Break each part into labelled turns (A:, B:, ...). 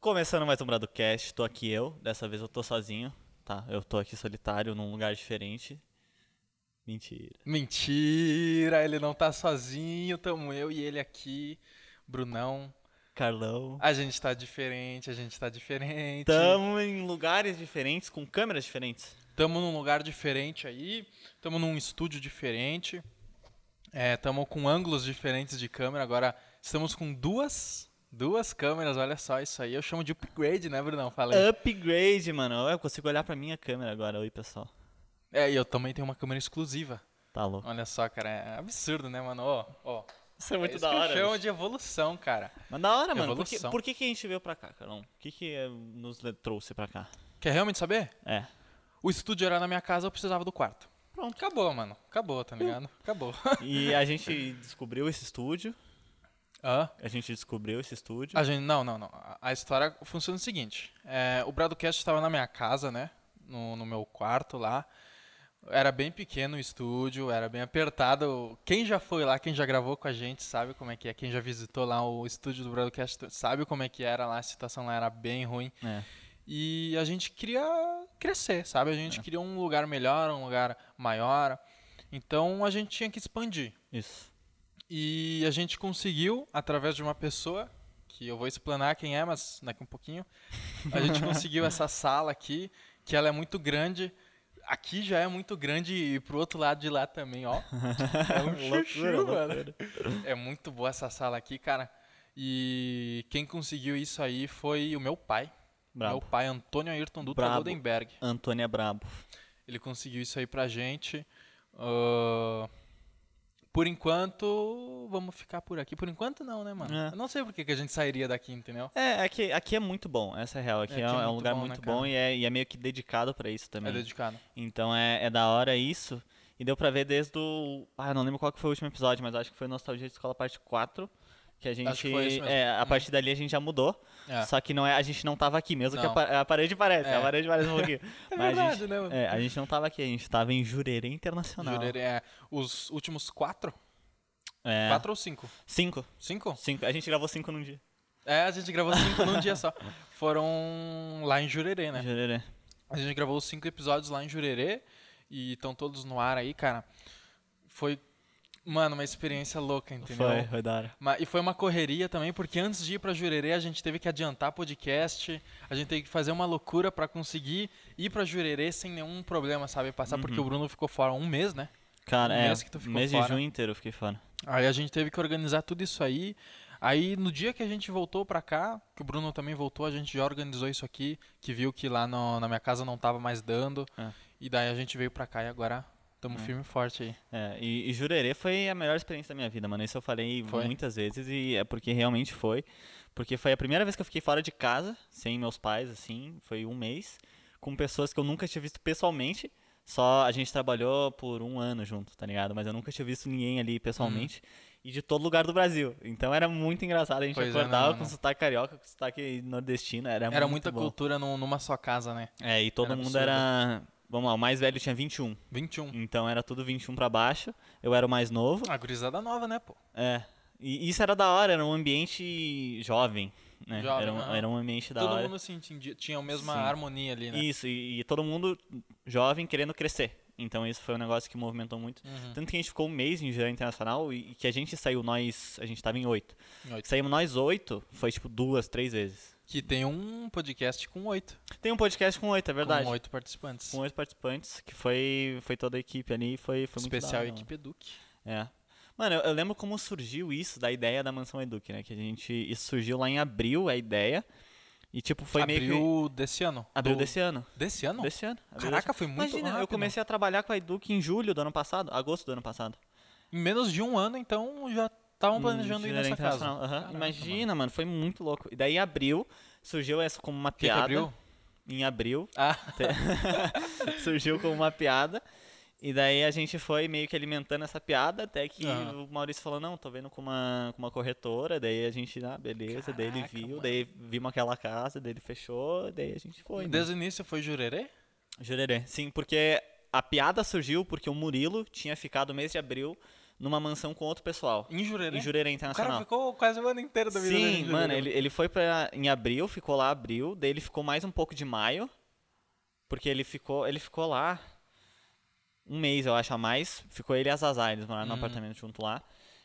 A: Começando mais um Bradocast, tô aqui eu, dessa vez eu tô sozinho, tá? Eu tô aqui solitário num lugar diferente. Mentira.
B: Mentira, ele não tá sozinho, tamo eu e ele aqui, Brunão.
A: Carlão.
B: A gente tá diferente, a gente tá diferente.
A: Tamo em lugares diferentes, com câmeras diferentes.
B: Tamo num lugar diferente aí, tamo num estúdio diferente. É, tamo com ângulos diferentes de câmera, agora estamos com duas, duas câmeras, olha só isso aí. Eu chamo de upgrade, né, Brunão? Falei.
A: Upgrade, mano. Eu consigo olhar pra minha câmera agora, oi pessoal.
B: É, e eu também tenho uma câmera exclusiva.
A: Tá louco.
B: Olha só, cara, é absurdo, né, mano? Ó, ó.
A: Isso é muito
B: isso
A: da
B: que
A: hora.
B: Eu chamo
A: bicho.
B: de evolução, cara.
A: Mas da hora, mano. Por que,
B: Evolução.
A: por que que a gente veio pra cá, Carlão? O que que eh, nos le- trouxe pra cá?
B: Quer realmente saber?
A: É.
B: O estúdio era na minha casa, eu precisava do quarto. Pronto, acabou, mano. Acabou, tá ligado? Acabou.
A: E a gente descobriu esse estúdio.
B: Hã?
A: A gente descobriu esse estúdio.
B: A gente, não, não, não. A- A história funciona o seguinte: é, o Bradocast estava na minha casa, né? No, no meu quarto lá. Era bem pequeno o estúdio, era bem apertado. Quem já foi lá, quem já gravou com a gente, sabe como é que é. Quem já visitou lá o estúdio do Bradocast sabe como é que era lá. A situação lá era bem ruim.
A: É.
B: E a gente queria crescer, sabe? A gente queria um lugar melhor, um lugar maior. Então a gente tinha que expandir.
A: Isso.
B: E a gente conseguiu, através de uma pessoa, que eu vou explanar quem é, mas daqui um pouquinho, a gente conseguiu essa sala aqui, que ela é muito grande. Aqui já é muito grande e pro outro lado de lá também, ó. É um
A: Loucura,
B: chuchu, mano.
A: loucura.
B: É muito boa essa sala aqui, cara. E quem conseguiu isso aí foi o meu pai.
A: Brabo.
B: Meu pai, Antônio Ayrton Dutra
A: Brabo.
B: Goldenberg.
A: Antônio é brabo.
B: Ele conseguiu isso aí pra gente. Ahn, por enquanto, vamos ficar por aqui. Por enquanto, não, né, mano?
A: É.
B: Eu não sei por que que a gente sairia daqui, entendeu?
A: É, é que aqui é muito bom, essa é a real. Aqui é,
B: É, aqui é
A: um- é um
B: muito
A: lugar
B: bom, né,
A: muito
B: cara?
A: bom e é, e é meio que dedicado pra isso também.
B: É dedicado.
A: Então é, é da hora isso. E deu pra ver desde o. Ah, eu não lembro qual que foi o último episódio, mas acho que foi Nostalgia de Escola Parte 4. Que a gente.
B: que foi esse mesmo. Uhum.
A: É, a partir dali a gente já mudou.
B: É.
A: Só que não é, a gente não tava aqui, mesmo que a
B: Não.
A: pa- a, parede parece.
B: É.
A: A parede parece um pouquinho.
B: É
A: Mas a
B: verdade,
A: gente,
B: né, mano?
A: é, a gente não tava aqui, a gente tava em Jurerê Internacional.
B: Jurerê, é, os últimos quatro?
A: É.
B: Quatro ou cinco?
A: Cinco.
B: Cinco?
A: Cinco. A gente gravou cinco num dia.
B: É, a gente gravou cinco num dia só. Foram lá em Jurerê, né?
A: Jurerê.
B: A gente gravou os cinco episódios lá em Jurerê e estão todos no ar aí, cara. Foi, mano, uma experiência louca, entendeu?
A: Foi, foi da hora.
B: Ma- e foi uma correria também, porque antes de ir pra Jurerê, a gente teve que adiantar podcast, a gente teve que fazer uma loucura pra conseguir ir pra Jurerê sem nenhum problema, sabe? Passar, porque o
A: Uhum.
B: Bruno ficou fora um mês, né?
A: Cara,
B: Um
A: é.
B: mês que tu ficou
A: mês de
B: fora.
A: junho inteiro eu fiquei fora.
B: Aí a gente teve que organizar tudo isso aí. Aí no dia que a gente voltou pra cá, que o Bruno também voltou, a gente já organizou isso aqui, que viu que lá no- na minha casa não tava mais dando.
A: É.
B: E daí a gente veio pra cá e agora tamo firme e forte aí.
A: É, e, e Jurerê foi a melhor experiência da minha vida, mano. Isso eu falei
B: Foi.
A: muitas vezes e é porque realmente foi. Porque foi a primeira vez que eu fiquei fora de casa, sem meus pais, assim, foi um mês, com pessoas que eu nunca tinha visto pessoalmente. Só a gente trabalhou por um ano junto, tá ligado? Mas eu nunca tinha visto ninguém ali pessoalmente. E de todo lugar do Brasil. Então era muito engraçado. A gente
B: Pois é,
A: acordava
B: não, não,
A: com
B: não.
A: sotaque carioca, com sotaque nordestino. Era,
B: Era
A: É muito
B: muita
A: bom.
B: cultura num- numa só casa, né?
A: É, e todo
B: Era
A: mundo
B: absurdo.
A: era. Vamos lá, o mais velho tinha 21.
B: 21.
A: Então era tudo 21 pra baixo. Eu era o mais novo.
B: A gurizada nova, né, pô?
A: É. E isso era da hora, era um ambiente jovem, né?
B: Jovem,
A: era, um,
B: aham.
A: era um ambiente da
B: Todo
A: hora.
B: mundo se entendia, tinha a mesma
A: Sim.
B: harmonia ali, né?
A: Isso, e, e todo mundo jovem querendo crescer. Então isso foi um negócio que movimentou muito.
B: Uhum.
A: Tanto que a gente ficou um mês em Gira Internacional e, e que a gente saiu nós, a gente tava em oito.
B: Em oito.
A: Saímos nós oito, foi tipo duas, três vezes.
B: Que tem um podcast com oito.
A: Tem um podcast com oito, é verdade.
B: Com oito participantes.
A: Com oito participantes, que foi, foi toda a equipe ali, foi, foi muito da
B: Especial
A: hora, mano.
B: Equipe Eduque.
A: É. Mano, eu, eu lembro como surgiu isso da ideia da Mansão Eduque, né? Que a gente. Isso surgiu lá em abril, a ideia. E, tipo, foi meio que.
B: Abriu desse ano.
A: Abriu
B: Do-
A: desse ano.
B: Desse ano?
A: Desse ano. abril
B: Caraca,
A: desse-
B: foi muito
A: Imagina, eu
B: rápido. né?
A: comecei a trabalhar com a Eduque em julho do ano passado, agosto do ano passado.
B: Em menos de um ano, então já estavam planejando ir
A: Engenharia
B: nessa casa.
A: Hum, Internacional, aham.
B: Caraca,
A: Imagina, mano. foi muito louco. E daí, em abril, surgiu essa como uma
B: O que, que
A: piada.
B: abriu?
A: Em abril,
B: Ah,
A: Te- surgiu como uma piada. E daí a gente foi meio que alimentando essa piada, até que
B: Aham.
A: o Maurício falou, não, tô vendo com uma, com uma corretora, daí a gente, ah, beleza, daí ele
B: Caraca,
A: viu,
B: mano.
A: daí vimos aquela casa, daí ele fechou, daí a gente foi. né?
B: desde o início foi Jurerê?
A: Jurerê, sim, porque a piada surgiu porque o Murilo tinha ficado o mês de abril numa mansão com outro pessoal.
B: Em Jurerê?
A: Em Jurerê
B: O cara
A: Internacional.
B: ficou quase o ano inteiro da né? vida dele em
A: Sim,
B: Jurerê.
A: mano, ele, ele foi pra, em abril, ficou lá abril, daí ele ficou mais um pouco de maio, porque ele ficou, ele ficou lá um mês, eu acho, a mais. Ficou ele e a Zazá, eles moraram
B: Uhum.
A: no apartamento junto lá.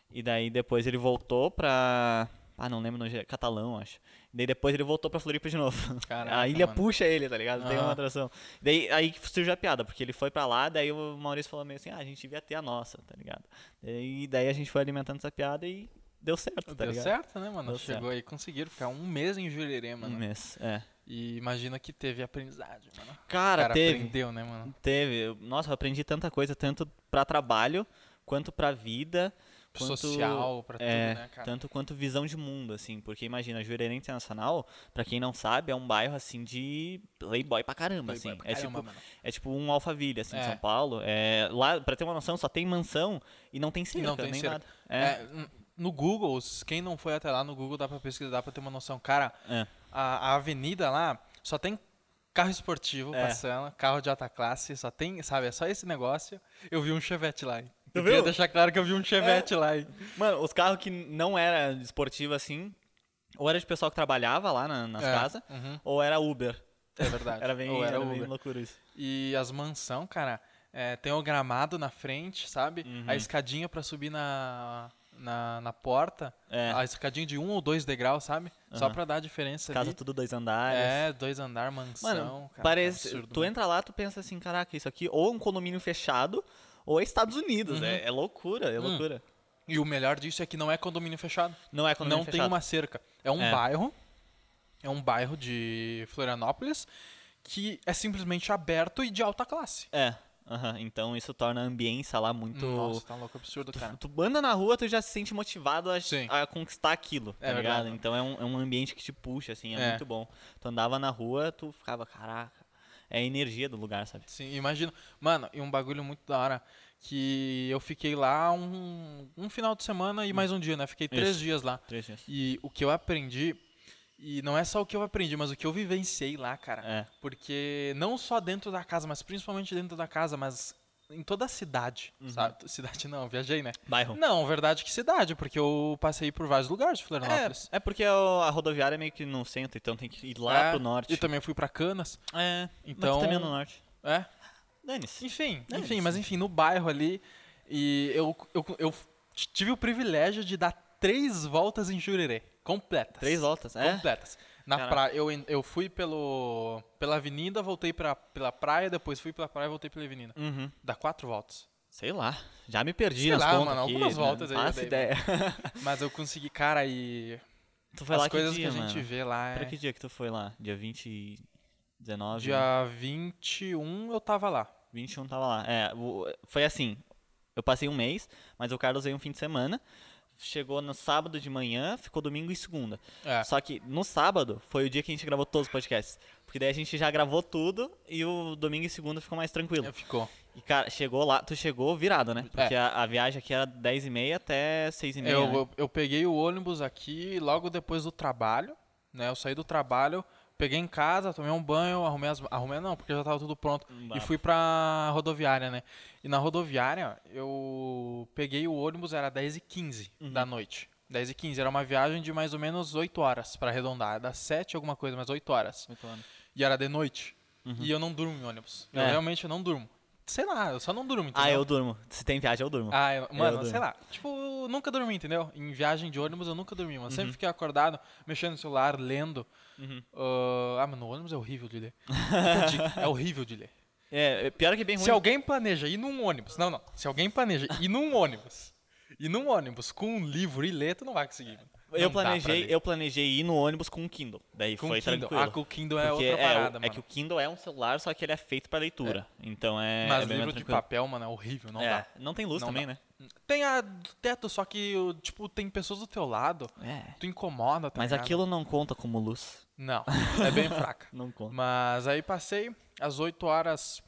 A: E daí depois ele voltou pra... Ah, não lembro, não, catalão, acho. Daí depois ele voltou pra Floripa de novo.
B: Caraca,
A: a ilha
B: mano.
A: puxa ele, tá ligado? Tem
B: Aham.
A: uma atração. Daí aí que surgiu a piada, porque ele foi pra lá, daí o Maurício falou meio assim, ah, a gente devia ter a nossa, tá ligado? E daí a gente foi alimentando essa piada e deu certo, tá
B: Deu
A: ligado?
B: certo, né, mano?
A: Deu
B: Chegou aí, conseguiram ficar um mês em Jurerê, mano.
A: Um mês, é.
B: E imagina que teve aprendizagem, mano. O
A: Cara,
B: cara
A: teve.
B: aprendeu, né, mano?
A: Teve. Eu- Nossa, eu aprendi tanta coisa, tanto pra trabalho, quanto pra vida.
B: Pro
A: Quanto-
B: Social, pra
A: é,
B: tudo, né, cara?
A: tanto quanto visão de mundo, assim. Porque imagina, Jurerê Internacional, pra quem não sabe, é um bairro, assim, de playboy pra caramba,
B: Playboy
A: assim.
B: pra
A: é,
B: caramba,
A: tipo,
B: mano.
A: é tipo um Alphaville, assim,
B: É.
A: de São Paulo. É, lá, pra ter uma noção, só tem mansão e não tem cerca,
B: não tem
A: nem
B: cerca.
A: nada. É,
B: É, n- no Google, s- quem não foi até lá no Google dá pra pesquisar, dá pra ter uma noção. Cara,
A: é.
B: a, a avenida lá só tem carro esportivo
A: É.
B: passando, carro de alta classe, só tem, sabe, é só esse negócio. Eu vi um Chevette lá. hein?
A: Tu
B: Eu queria
A: viu? É.
B: deixar claro que eu vi um Chevette lá. hein?
A: Mano, os carros que não era esportivo, assim, ou era de pessoal que trabalhava lá na- nas
B: É,
A: casas,
B: uhum,
A: ou era Uber.
B: é verdade.
A: Era bem,
B: Ou
A: era bem
B: Uber.
A: loucura isso.
B: E as mansão, cara, é, tem o gramado na frente, sabe?
A: Uhum.
B: A escadinha pra subir na, na, na porta.
A: É.
B: A escadinha de um ou dois degraus, sabe? Só
A: Aham.
B: pra dar a diferença
A: Casa
B: ali.
A: tudo dois andares.
B: É, dois andar, mansão.
A: Mano,
B: cara,
A: parece.
B: é um absurdo,
A: tu entra lá, tu pensa assim, caraca, isso aqui ou é um condomínio fechado, ou é Estados Unidos.
B: Uhum.
A: É, é loucura,
B: Hum.
A: é loucura.
B: E o melhor disso é que não é condomínio fechado.
A: Não é
B: não
A: condomínio
B: tem
A: fechado.
B: uma cerca. É um
A: É.
B: bairro. É um bairro de Florianópolis que é simplesmente aberto e de alta classe.
A: É. aham, Então isso torna a ambiência lá muito.
B: Nossa, tá louco, absurdo, cara.
A: Tu anda na rua, tu já se sente motivado a,
B: Sim.
A: a conquistar aquilo,
B: É
A: tá ligado?
B: verdade.
A: Então é um, é um ambiente que te puxa, assim, é,
B: É.
A: muito bom. Tu andava na rua, tu ficava, caraca. É a energia do lugar, sabe?
B: Sim, imagino. Mano, e um bagulho muito da hora que eu fiquei lá um, um final de semana e mais um dia, né? Fiquei três
A: Hum. Isso.
B: dias lá.
A: Três dias.
B: E o que eu aprendi, e não é só o que eu aprendi, mas o que eu vivenciei lá, cara.
A: É.
B: Porque não só dentro da casa, mas principalmente dentro da casa, mas em toda a cidade,
A: Uhum.
B: sabe? Cidade não, viajei, né?
A: Bairro.
B: Não, verdade que cidade, porque eu passei por vários lugares de Florianópolis.
A: É, é porque o- a rodoviária é meio que no centro, então tem que ir lá
B: É,
A: pro norte.
B: E também fui pra Canas.
A: É,
B: Então-
A: então. Mas também é no norte.
B: É,
A: Dane-se.
B: Enfim,
A: É,
B: enfim,
A: isso.
B: mas enfim, no bairro ali, e eu, eu, eu t- tive o privilégio de dar três voltas em Jurerê, completas.
A: Três voltas, é?
B: Completas. Na
A: Caraca.
B: praia, eu, en- eu fui pelo, pela avenida, voltei pra, pela praia, depois fui pela praia, voltei pela avenida.
A: Uhum.
B: Dá quatro voltas.
A: Sei lá. Já me perdi
B: Sei
A: nas
B: lá,
A: contas
B: mano,
A: aqui,
B: algumas
A: né?
B: voltas aí eu
A: Não faço
B: dei,
A: ideia.
B: Mas eu consegui, cara, e
A: tu foi
B: as
A: lá que
B: coisas
A: dia,
B: que a gente
A: mano?
B: vê lá é...
A: Pra que dia que tu foi lá? Dia 20 e 19? né?
B: Dia 21 eu tava lá.
A: 21 tava lá. É, o- foi assim. Eu passei um mês, mas o Carlos veio um fim de semana. Chegou no sábado de manhã, ficou domingo e segunda.
B: É.
A: Só que no sábado foi o dia que a gente gravou todos os podcasts. Porque daí a gente já gravou tudo e o domingo e segunda ficou mais tranquilo.
B: Ficou.
A: E, cara, chegou lá, tu chegou virado, né? Porque
B: É.
A: a, a viagem aqui era 10h30 até 6h30.
B: Eu,
A: né?
B: eu, eu peguei o ônibus aqui logo depois do trabalho, né? Eu saí do trabalho, peguei em casa, tomei um banho, arrumei as. Arrumei não, porque já tava tudo pronto.
A: Bah.
B: E fui pra rodoviária, né? E na rodoviária eu peguei o ônibus, era 10h15
A: Uhum.
B: da noite. 10h15, era uma viagem de mais ou menos 8 horas, pra arredondar. Era 7 alguma coisa, mas 8 horas. E era de noite. E eu não durmo em ônibus. Eu
A: Uhum. É.
B: realmente não durmo. Sei lá, eu só não durmo, entendeu?
A: Ah, eu durmo. Se tem viagem, eu durmo.
B: Ah, eu- mano,
A: durmo.
B: sei lá. Tipo, nunca dormi, entendeu? Em viagem de ônibus eu nunca dormi, mano.
A: Uhum.
B: Sempre fiquei acordado, mexendo no celular, lendo. Ah, ah, mano, ônibus é horrível de ler. Fica a dica, é horrível de ler.
A: É, é pior que bem ruim.
B: Se alguém planeja ir num ônibus, não, não. Se alguém planeja ir num ônibus, ir num ônibus com um livro e ler, tu não vai conseguir. mano. Não
A: eu,
B: dá pra
A: planejei,
B: ler.
A: eu planejei ir no ônibus com o Kindle. Daí
B: com
A: foi
B: o Kindle.
A: tranquilo.
B: Ah, com o Kindle é
A: Porque
B: outra
A: é, o-
B: parada,
A: é
B: mano.
A: que o Kindle é um celular, só que ele é feito pra leitura. Então é.
B: Mas
A: é bem mais
B: livro de
A: tranquilo.
B: papel, mano, é horrível, não
A: É,
B: dá.
A: não tem luz
B: Não
A: também,
B: dá.
A: né?
B: Tem a do teto, só que, tipo, tem pessoas do teu lado,
A: É.
B: tu incomoda, tá
A: Mas
B: ligado?
A: aquilo não conta como luz.
B: Não, é bem fraca.
A: Não conta.
B: Mas aí passei as 8 horas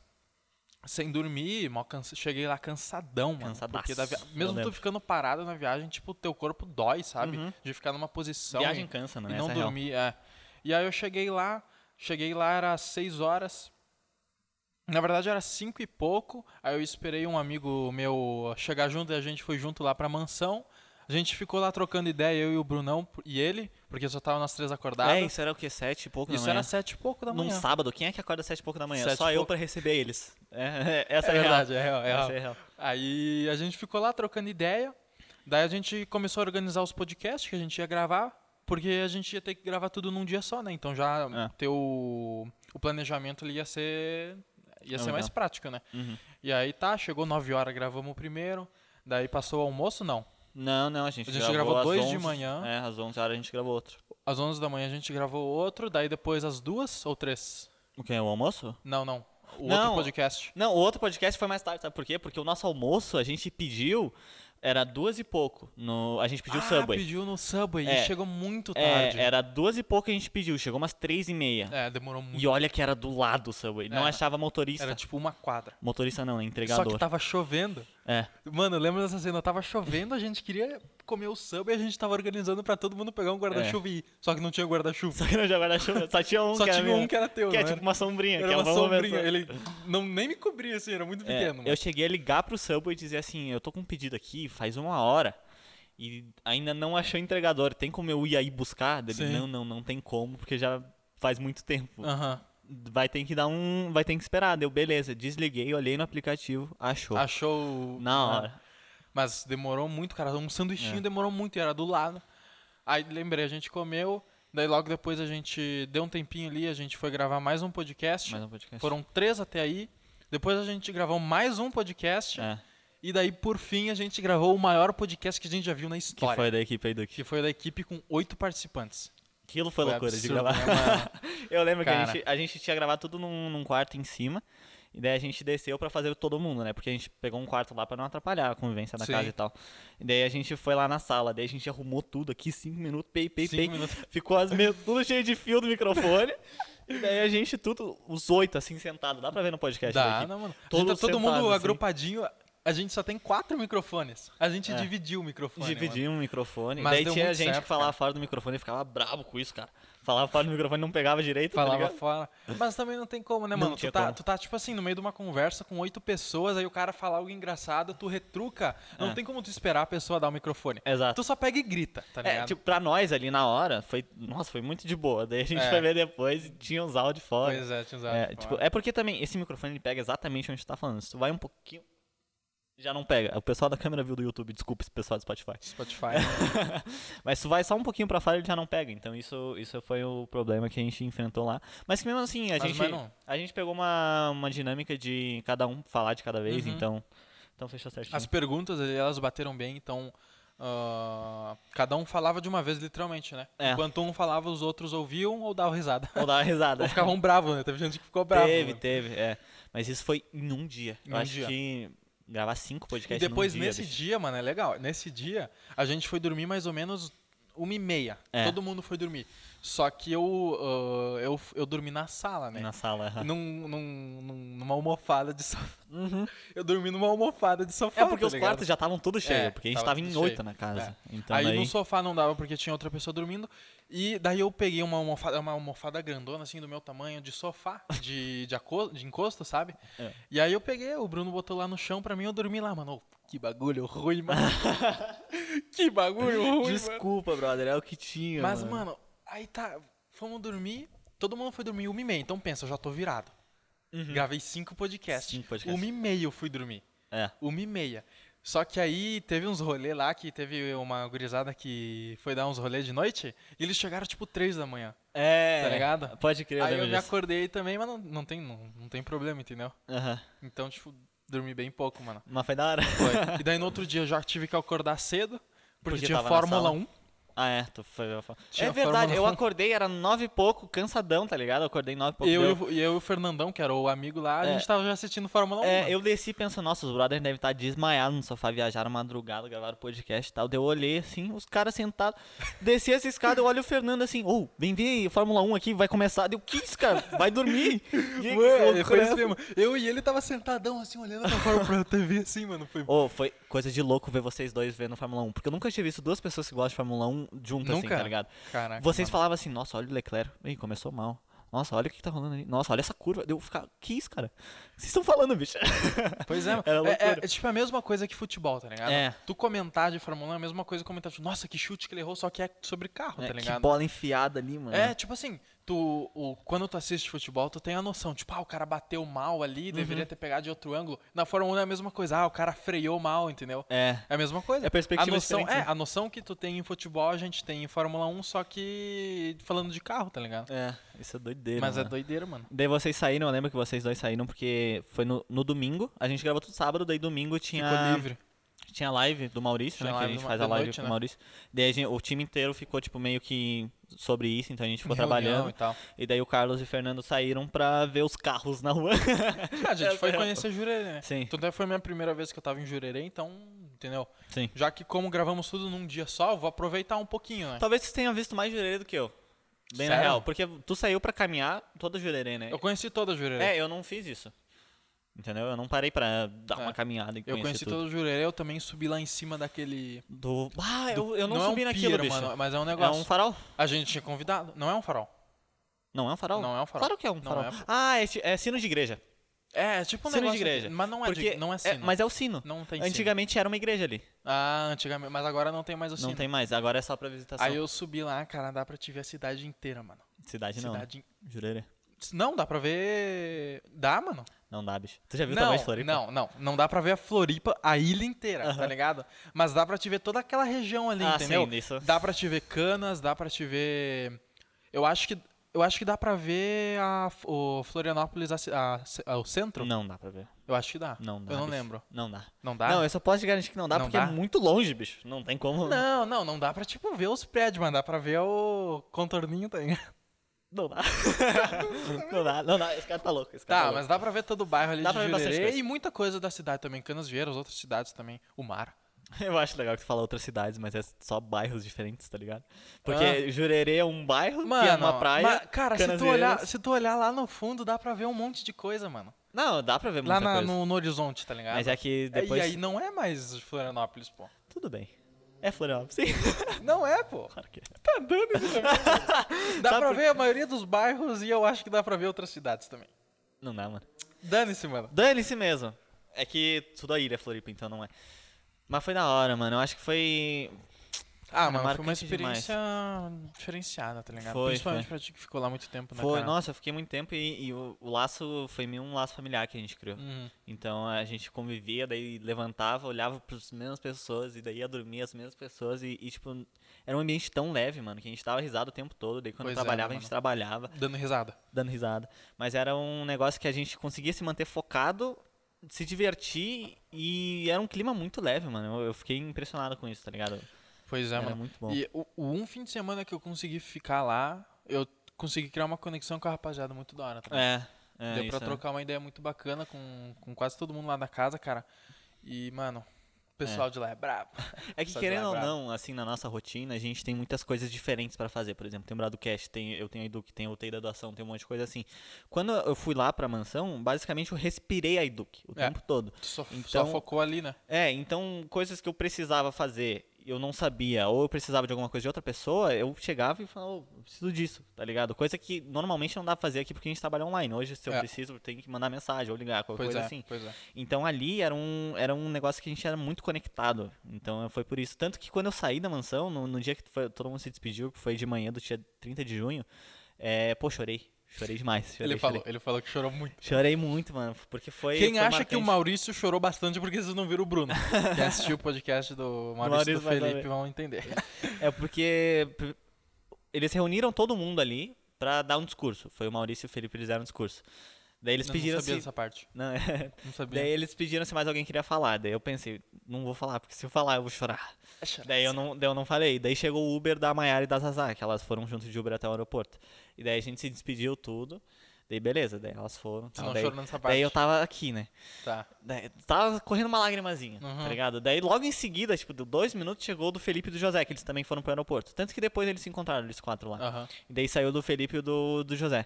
B: sem dormir, mó cansa- cheguei lá cansadão, mano.
A: Cansadaço,
B: Porque da via-
A: eu
B: Mesmo tu
A: lembro. Uhum.
B: ficando parado na viagem, tipo, teu corpo dói, sabe? De ficar numa posição
A: Viagem
B: e,
A: cansa, né?
B: e não
A: Essa é a real.
B: dormir, é. E aí eu cheguei lá, cheguei lá, era 6 horas. Na verdade era cinco e pouco, aí eu esperei um amigo meu chegar junto e a gente foi junto lá pra mansão. A gente ficou lá trocando ideia, eu e o Brunão e ele, porque só tava nós três acordados.
A: É, isso era o quê? Sete e pouco da
B: Isso
A: manhã?
B: era sete e pouco da
A: Num
B: manhã.
A: sábado, quem é que acorda às sete e pouco da manhã?
B: Sete e
A: Só eu
B: pouco.
A: pra receber eles. É, essa
B: é
A: é, a real.
B: verdade, é real, é real.
A: Essa é a real.
B: Aí a gente ficou lá trocando ideia. Daí a gente começou a organizar os podcasts que a gente ia gravar, porque a gente ia ter que gravar tudo num dia só, né? Então já
A: É.
B: ter o, o planejamento ele ia ser ia
A: É
B: ser
A: legal.
B: mais prático, né?
A: Uhum.
B: E aí tá, chegou 9 horas, gravamos o primeiro. Daí passou o almoço, não.
A: Não, não, a gente,
B: A gente gravou
A: às
B: dois de
A: 11,
B: manhã.
A: É, às 11 horas a gente gravou outro.
B: Às 11 da manhã a gente gravou outro, daí depois às duas ou três?
A: O que? O almoço?
B: Não, não. O
A: Não.
B: outro podcast.
A: Não, o outro podcast foi mais tarde, sabe por quê? Porque o nosso almoço a gente pediu, era duas e pouco. No, a gente pediu
B: ah,
A: Subway.
B: pediu no Subway
A: É.
B: e chegou muito
A: É,
B: tarde.
A: era duas e pouco que a gente pediu, chegou umas três e meia.
B: É, demorou muito.
A: E olha que era do lado o Subway, não
B: É.
A: achava motorista.
B: Era tipo uma quadra.
A: Motorista não, né?
B: Só
A: Entregador.
B: que tava chovendo.
A: É.
B: Mano, lembra dessa cena? Tava chovendo, a gente queria comer o Subway, a gente tava organizando pra todo mundo pegar um guarda-chuva e ir. Só que não tinha guarda-chuva.
A: Só que não tinha guarda-chuva, É. só tinha um
B: Só
A: que era
B: tinha
A: meu.
B: um que era teu,
A: Que
B: né?
A: é tipo uma sombrinha. que
B: Era
A: é
B: uma
A: vamos
B: sombrinha,
A: pensar.
B: ele não, nem me cobria assim, era muito
A: É,
B: pequeno. mano.
A: eu cheguei a ligar pro Subway e dizer assim, eu tô com um pedido aqui faz uma hora e ainda não achei o entregador, tem como eu ir aí buscar? Dele,
B: Sim. Ah.
A: não, não, não tem como, porque já faz muito tempo.
B: Aham.
A: Vai ter que dar um, vai ter que esperar. Deu, beleza, desliguei, olhei no aplicativo, achou.
B: Achou. o-
A: Na
B: né?
A: hora.
B: Mas demorou muito, cara. Um sanduichinho
A: É.
B: demorou muito e era do lado. Aí lembrei, a gente comeu. Daí logo depois a gente deu um tempinho ali, a gente foi gravar mais um podcast.
A: Mais um podcast.
B: Foram três até aí. Depois a gente gravou mais um podcast.
A: É,
B: E daí, por fim, a gente gravou o maior podcast que a gente já viu na
A: que
B: história.
A: foi da equipe aí do
B: Que foi da equipe com oito participantes.
A: Aquilo foi, loucura de
B: absurdo,
A: gravar.
B: né, mano?
A: Eu lembro que
B: Cara.
A: a gente, a gente tinha gravado tudo num, num quarto em cima. E daí a gente desceu pra fazer todo mundo, né? Porque a gente pegou um quarto lá pra não atrapalhar a convivência da
B: Sim.
A: casa e tal. E daí a gente foi lá na sala, daí a gente arrumou tudo aqui, cinco minutos, pei, pei,
B: Cinco
A: pei.
B: minutos.
A: Ficou as mesas tudo cheio de fio do microfone. e daí a gente tudo, os oito assim, sentado. Dá pra ver no podcast
B: Dá,
A: daqui.
B: não, mano.
A: Todo
B: Todo, tá todo
A: sentado,
B: mundo
A: assim.
B: agrupadinho. A gente só tem quatro microfones. A gente
A: É.
B: dividiu o microfone. mano.
A: Dividimos o um microfone.
B: Mas
A: daí
B: deu
A: tinha
B: muito
A: gente
B: certo,
A: que falava
B: cara.
A: fora do microfone e ficava brabo com isso, cara. Falava fora do microfone não pegava direito, tá
B: Falava
A: ligado?
B: fora. Mas também não tem como, né,
A: Não
B: mano?
A: tinha
B: Tu tá,
A: como.
B: tu tá, tipo assim, no meio de uma conversa com oito pessoas, aí o cara fala algo engraçado, tu retruca. Não
A: É.
B: tem como tu esperar a pessoa dar o microfone.
A: Exato.
B: Tu só pega e grita, tá ligado?
A: É, tipo, pra nós ali na hora, foi. Nossa, foi muito de boa. Daí a gente
B: É.
A: foi ver depois e tinha os áudios fora.
B: pois é, tinha usado.
A: é, tipo, é porque também esse microfone ele pega exatamente onde tu tá falando. Se tu vai um pouquinho. Já não pega. O pessoal da câmera viu do YouTube, desculpa esse pessoal do Spotify.
B: Spotify. né?
A: Mas se tu vai só um pouquinho pra fora, ele já não pega. Então isso, isso foi o problema que a gente enfrentou lá. Mas que mesmo assim, a
B: Mas,
A: gente.
B: mas não.
A: A gente pegou uma, uma dinâmica de cada um falar de cada vez,
B: Uhum.
A: então. Então fechou certinho.
B: As perguntas, elas bateram bem, então... ah, cada um falava de uma vez, literalmente, né?
A: É.
B: Enquanto um falava, os outros ouviam ou davam risada.
A: Vou dar uma risada.
B: Ou ficavam bravos, né? Teve gente que ficou bravo.
A: teve,
B: mano.
A: teve, é. Mas isso foi em um dia.
B: Em
A: Eu
B: um
A: acho
B: dia.
A: que gravar cinco
B: E
A: podcasts
B: depois,
A: num um dia,
B: nesse
A: bicho.
B: dia, mano, é legal. Nesse dia, a gente foi dormir mais ou menos uma e meia.
A: É.
B: Todo mundo foi dormir. Só que eu, ah, eu, eu dormi na sala, né?
A: na sala. aham.
B: Num, num- num- numa almofada de sofá. Eu dormi numa almofada de sofá.
A: Uhum. É porque
B: tá
A: os
B: ligado?
A: quartos já estavam todos cheios,
B: É,
A: porque a gente
B: tava
A: tava,
B: tudo
A: em
B: cheio. É.
A: oito na casa. Então
B: aí
A: daí...
B: no sofá não dava porque tinha outra pessoa dormindo. E daí eu peguei uma almofada, uma almofada grandona, assim, do meu tamanho, de sofá, de, de, aco- de encosto, sabe?
A: É.
B: E aí eu peguei, o Bruno botou lá no chão pra mim, eu dormi lá, mano. Ô, Que bagulho ruim, mano. que bagulho ruim, mano.
A: Desculpa, brother, é o que tinha.
B: Mas, mano, aí tá, fomos dormir, todo mundo foi dormir uma e meia, então pensa, eu já tô virado. Gravei cinco podcasts.
A: Uhum. Cinco podcasts.
B: Uma e meia eu fui dormir.
A: É.
B: Uma e meia. Só que aí teve uns rolê lá que teve uma gurizada que foi dar uns rolê de noite e eles chegaram tipo três da manhã.
A: É.
B: Tá ligado?
A: Pode crer, né, eu
B: aí eu
A: lembro
B: me
A: disso.
B: acordei também, mas não, não, tem, não, não tem problema, entendeu?
A: Aham.
B: Então, tipo, dormi bem pouco, mano.
A: Mas foi da hora.
B: Foi. e daí no outro dia eu já tive que acordar cedo, porque,
A: Porque
B: tinha
A: tava na
B: Fórmula
A: sala.
B: 1.
A: Ah, é. Tu foi...
B: Tinha
A: É verdade,
B: Fórmula
A: eu
B: um.
A: acordei, era nove e pouco, cansadão, tá ligado? Eu acordei nove e pouco.
B: Eu,
A: deu-
B: e o- e eu e o Fernandão, que era o amigo lá, a
A: É.
B: gente tava já assistindo Fórmula 1.
A: É,
B: mano.
A: eu desci pensando, nossa, os brothers devem estar desmaiados no sofá, viajaram madrugada, gravaram podcast e tal. Daí eu olhei assim, os caras sentados. Desci essa escada, eu olho o Fernando assim, ô, vem ver aí, Fórmula 1 aqui, vai começar. Deu, que isso, cara? Vai dormir. é E aí,
B: Ué,
A: eu-
B: foi isso mesmo. Eu e ele tava sentadão, assim, olhando pra, fora pra TV, assim, mano. Foi...
A: Ô, foi coisa de louco ver vocês dois vendo Fórmula 1, porque eu nunca tinha visto duas pessoas que gostam de Fórmula 1 juntas assim,
B: Nunca?
A: tá ligado?
B: Caraca,
A: Vocês
B: mano.
A: falavam assim, nossa, olha o Leclerc, Ih, começou mal. Nossa, olha o que, que tá rolando ali. Nossa, olha essa curva. Deu ficar. Que isso, cara? O que vocês estão falando, bicho?
B: Pois é,
A: Era
B: mano. é, é,
A: loucura.
B: é tipo a mesma coisa que futebol, tá ligado?
A: É.
B: Tu comentar de Fórmula 1 é a mesma coisa que comentar, tipo, nossa, que chute que ele errou, só que é sobre carro,
A: É,
B: tá
A: que
B: ligado?
A: bola né? enfiada ali, mano.
B: É, tipo assim, tu, o, quando tu assiste futebol, tu tem a noção, tipo, ah, o cara bateu mal ali,
A: Uhum.
B: deveria ter pegado de outro ângulo. Na Fórmula 1 é a mesma coisa, ah, o cara freou mal, entendeu?
A: É.
B: É a mesma coisa.
A: É perspectiva
B: a noção,
A: diferente,
B: É,
A: né?
B: a noção que tu tem em futebol, a gente tem em Fórmula 1, só que falando de carro, tá ligado?
A: É, isso é doideira.
B: Mas é
A: mano.
B: doideira, mano.
A: Daí vocês saíram, eu lembro que vocês dois saíram porque foi no, no domingo. A gente gravou tudo sábado, daí domingo tinha.
B: Ficou livre.
A: Tinha live do Maurício,
B: Tinha
A: né? Que a
B: live
A: gente
B: do-
A: faz
B: da
A: a live
B: noite,
A: com o
B: né?
A: Maurício. Daí a gente- o time inteiro ficou, tipo, meio que sobre isso, então a gente ficou
B: em reunião
A: trabalhando.
B: e tal.
A: E daí o Carlos e o Fernando saíram pra ver os carros na rua.
B: Ah, a gente
A: Essa
B: foi
A: é a-
B: conhecer Jurerê, né?
A: Sim.
B: Então até foi a minha primeira vez que eu tava em Jurerê, então, entendeu?
A: Sim.
B: Já que como gravamos tudo num dia só, eu vou aproveitar um pouquinho, né?
A: Talvez vocês tenham visto mais Jurerê do que eu. Bem na
B: Sério?
A: real. Porque tu saiu pra caminhar toda Jurerê, né?
B: Eu conheci toda Jurerê.
A: É, eu não fiz isso. Entendeu? Eu não parei pra dar uma
B: É.
A: caminhada e
B: eu
A: conhecer
B: conheci
A: tudo.
B: toda Jurerê, eu também subi lá em cima daquele...
A: Do... Ah, eu, eu
B: do-
A: não,
B: é um
A: subi naquilo,
B: pier,
A: bicho.
B: mano, mas é um
A: é
B: negócio.
A: um farol?
B: A gente tinha convidado. Não é um farol.
A: Não, é um farol?
B: Não é um farol.
A: Claro que é um
B: Não
A: farol.
B: é, pô.
A: ah, é, ti- é sino de igreja.
B: É, é tipo um
A: Sino de
B: negócio...
A: igreja.
B: Mas não é, de-
A: Porque
B: não é sino.
A: mas é o sino.
B: Não tem sino.
A: Antigamente era uma igreja ali.
B: Ah, antigamente. Mas agora não tem mais o sino.
A: Não tem mais. Agora é só pra visitação.
B: Aí eu subi lá, cara, dá pra te ver a cidade inteira, mano.
A: Cidade não.
B: cidade... in-
A: Jurerê.
B: Não, dá pra ver... Dá, mano.
A: Não dá, bicho. Tu já viu
B: Não,
A: também de Floripa?
B: não, não. Não dá pra ver a Floripa, a ilha inteira, tá
A: Aham.
B: ligado? Mas dá pra te ver toda aquela região ali,
A: Ah,
B: entendeu?
A: sim, isso.
B: Dá pra te ver Canas, dá pra te ver... Eu acho que... Eu acho que dá pra ver a, o Florianópolis, a ci- a- a- o centro?
A: Não dá pra ver.
B: Eu acho que dá.
A: Não dá.
B: Eu não
A: bicho.
B: lembro.
A: Não dá.
B: Não dá?
A: Não, eu só posso te garantir que não dá
B: Não
A: porque
B: dá?
A: é muito longe, bicho. Não tem como.
B: Não, não, não dá pra, tipo, ver os prédios, mas dá pra ver o contorninho tá ligado?
A: Não dá. não dá. Não dá. Esse cara tá louco. Esse cara
B: Tá,
A: tá
B: mas dá pra ver todo o bairro ali
A: Dá
B: de
A: pra ver bastante
B: Jurerê
A: coisa.
B: e muita coisa da cidade também. Canas Vieiras, outras cidades também. O mar.
A: louco. Eu acho legal que tu fala outras cidades, mas é só bairros diferentes, tá ligado? Porque
B: Ah.
A: Jurerê é um bairro,
B: Mano,
A: que é uma praia.
B: mas, cara, se
A: Canas
B: tu, olhar,
A: Vieiras.
B: se tu olhar lá no fundo, dá pra ver um monte de coisa, mano.
A: Não, dá pra ver muita
B: lá na-
A: coisa.
B: no, no horizonte, tá ligado?
A: Mas é que
B: É,
A: depois.
B: E aí não é mais Florianópolis, pô.
A: Tudo bem. É Florianópolis. Sim,
B: Não é, pô.
A: claro que é.
B: Tá dando isso também. Dá
A: Sabe
B: pra
A: por-
B: ver a maioria dos bairros e eu acho que dá pra ver outras cidades também.
A: Não dá, mano.
B: Dane-se, mano.
A: Dane-se mesmo. É que tudo a ilha é Floripa, então não é. Mas foi da hora, mano. Eu acho que foi.
B: Ah,
A: Cara,
B: mano, foi uma
A: marcante é demais.
B: experiência diferenciada, tá ligado?
A: Foi,
B: Principalmente
A: foi.
B: pra ti que ficou lá muito tempo, né,
A: Foi,
B: cara?
A: nossa, eu fiquei muito tempo e, e o, o laço foi meio um laço familiar que a gente criou.
B: Uhum.
A: Então a gente convivia, daí levantava, olhava pras mesmas pessoas e daí ia dormir as mesmas pessoas e, e, tipo, era um ambiente tão leve, mano, que a gente dava risada o tempo todo. Daí quando
B: Pois é,
A: trabalhava, a
B: mano.
A: gente trabalhava.
B: Dando risada.
A: dando risada. Mas era um negócio que a gente conseguia se manter focado, se divertir e era um clima muito leve, mano. Eu, eu fiquei impressionado com isso, tá ligado?
B: Pois é,
A: era
B: mano.
A: muito bom.
B: E o, o um fim de semana que eu consegui ficar lá, eu consegui criar uma conexão com a rapaziada muito da hora, tá ligado?
A: É, é
B: Deu
A: isso,
B: pra
A: né?
B: trocar uma ideia muito bacana com, com quase todo mundo lá da casa, cara. E, mano, o pessoal de lá é brabo.
A: É que
B: Só
A: querendo ou
B: deslabrar.
A: não, assim, na nossa rotina, a gente tem muitas coisas diferentes pra fazer. Por exemplo, tem o Bradocast, tem, eu tenho a Eduque, tem o TI da doação, tem um monte de coisa assim. Quando eu fui lá pra mansão, basicamente eu respirei a Eduque o
B: É.
A: tempo todo.
B: Tu só, só
A: Então-
B: focou ali, né?
A: É, então coisas que eu precisava fazer, eu não sabia, ou eu precisava de alguma coisa de outra pessoa, eu chegava e falava, "Ô, eu preciso disso, tá ligado? Coisa que normalmente não dá pra fazer aqui porque a gente trabalha online. Hoje, se eu
B: É.
A: preciso, eu tenho que mandar mensagem ou ligar, qualquer
B: Pois
A: coisa
B: é,
A: assim.
B: pois é.
A: Então ali era um, era um negócio que a gente era muito conectado. Então foi por isso. Tanto que quando eu saí da mansão, no, no dia que foi- todo mundo se despediu, que foi de manhã do dia 30 de junho, é, pô, chorei. Chorei demais. Chorei, chorei.
B: Ele falou, ele falou que chorou muito.
A: Chorei muito, mano, porque foi.
B: Quem
A: foi
B: acha que o
A: marcante.
B: Maurício chorou bastante é porque vocês não viram o Bruno? Quem assistiu o podcast do Maurício, e
A: Maurício
B: do
A: vai
B: Felipe
A: saber.
B: vão entender.
A: É porque p- eles reuniram todo mundo ali pra dar um discurso. Foi o Maurício e o Felipe, eles deram um discurso. Daí eles
B: Eu
A: pediram
B: não sabia
A: se...
B: dessa parte.
A: Não, é.
B: Não sabia.
A: Daí eles pediram se mais alguém queria falar. Daí eu pensei, não vou falar, porque se eu falar eu vou chorar. Daí eu não, daí eu não falei. Daí chegou o Uber da Maiara e da Zazá, que elas foram junto de Uber até o aeroporto. E daí a gente se despediu tudo. Daí beleza, daí elas foram.
B: Tu
A: tal.
B: não
A: daí,
B: chorou nessa parte.
A: daí eu tava aqui, né?
B: Tá.
A: Daí, tava correndo uma lágrimazinha, tá
B: Uhum.
A: ligado? Daí logo em seguida, tipo, deu dois minutos, chegou o do Felipe e do José, que eles também foram pro aeroporto. Tanto que depois eles se encontraram, eles quatro lá.
B: Tá, Aham.
A: E daí saiu do Felipe e do, do José.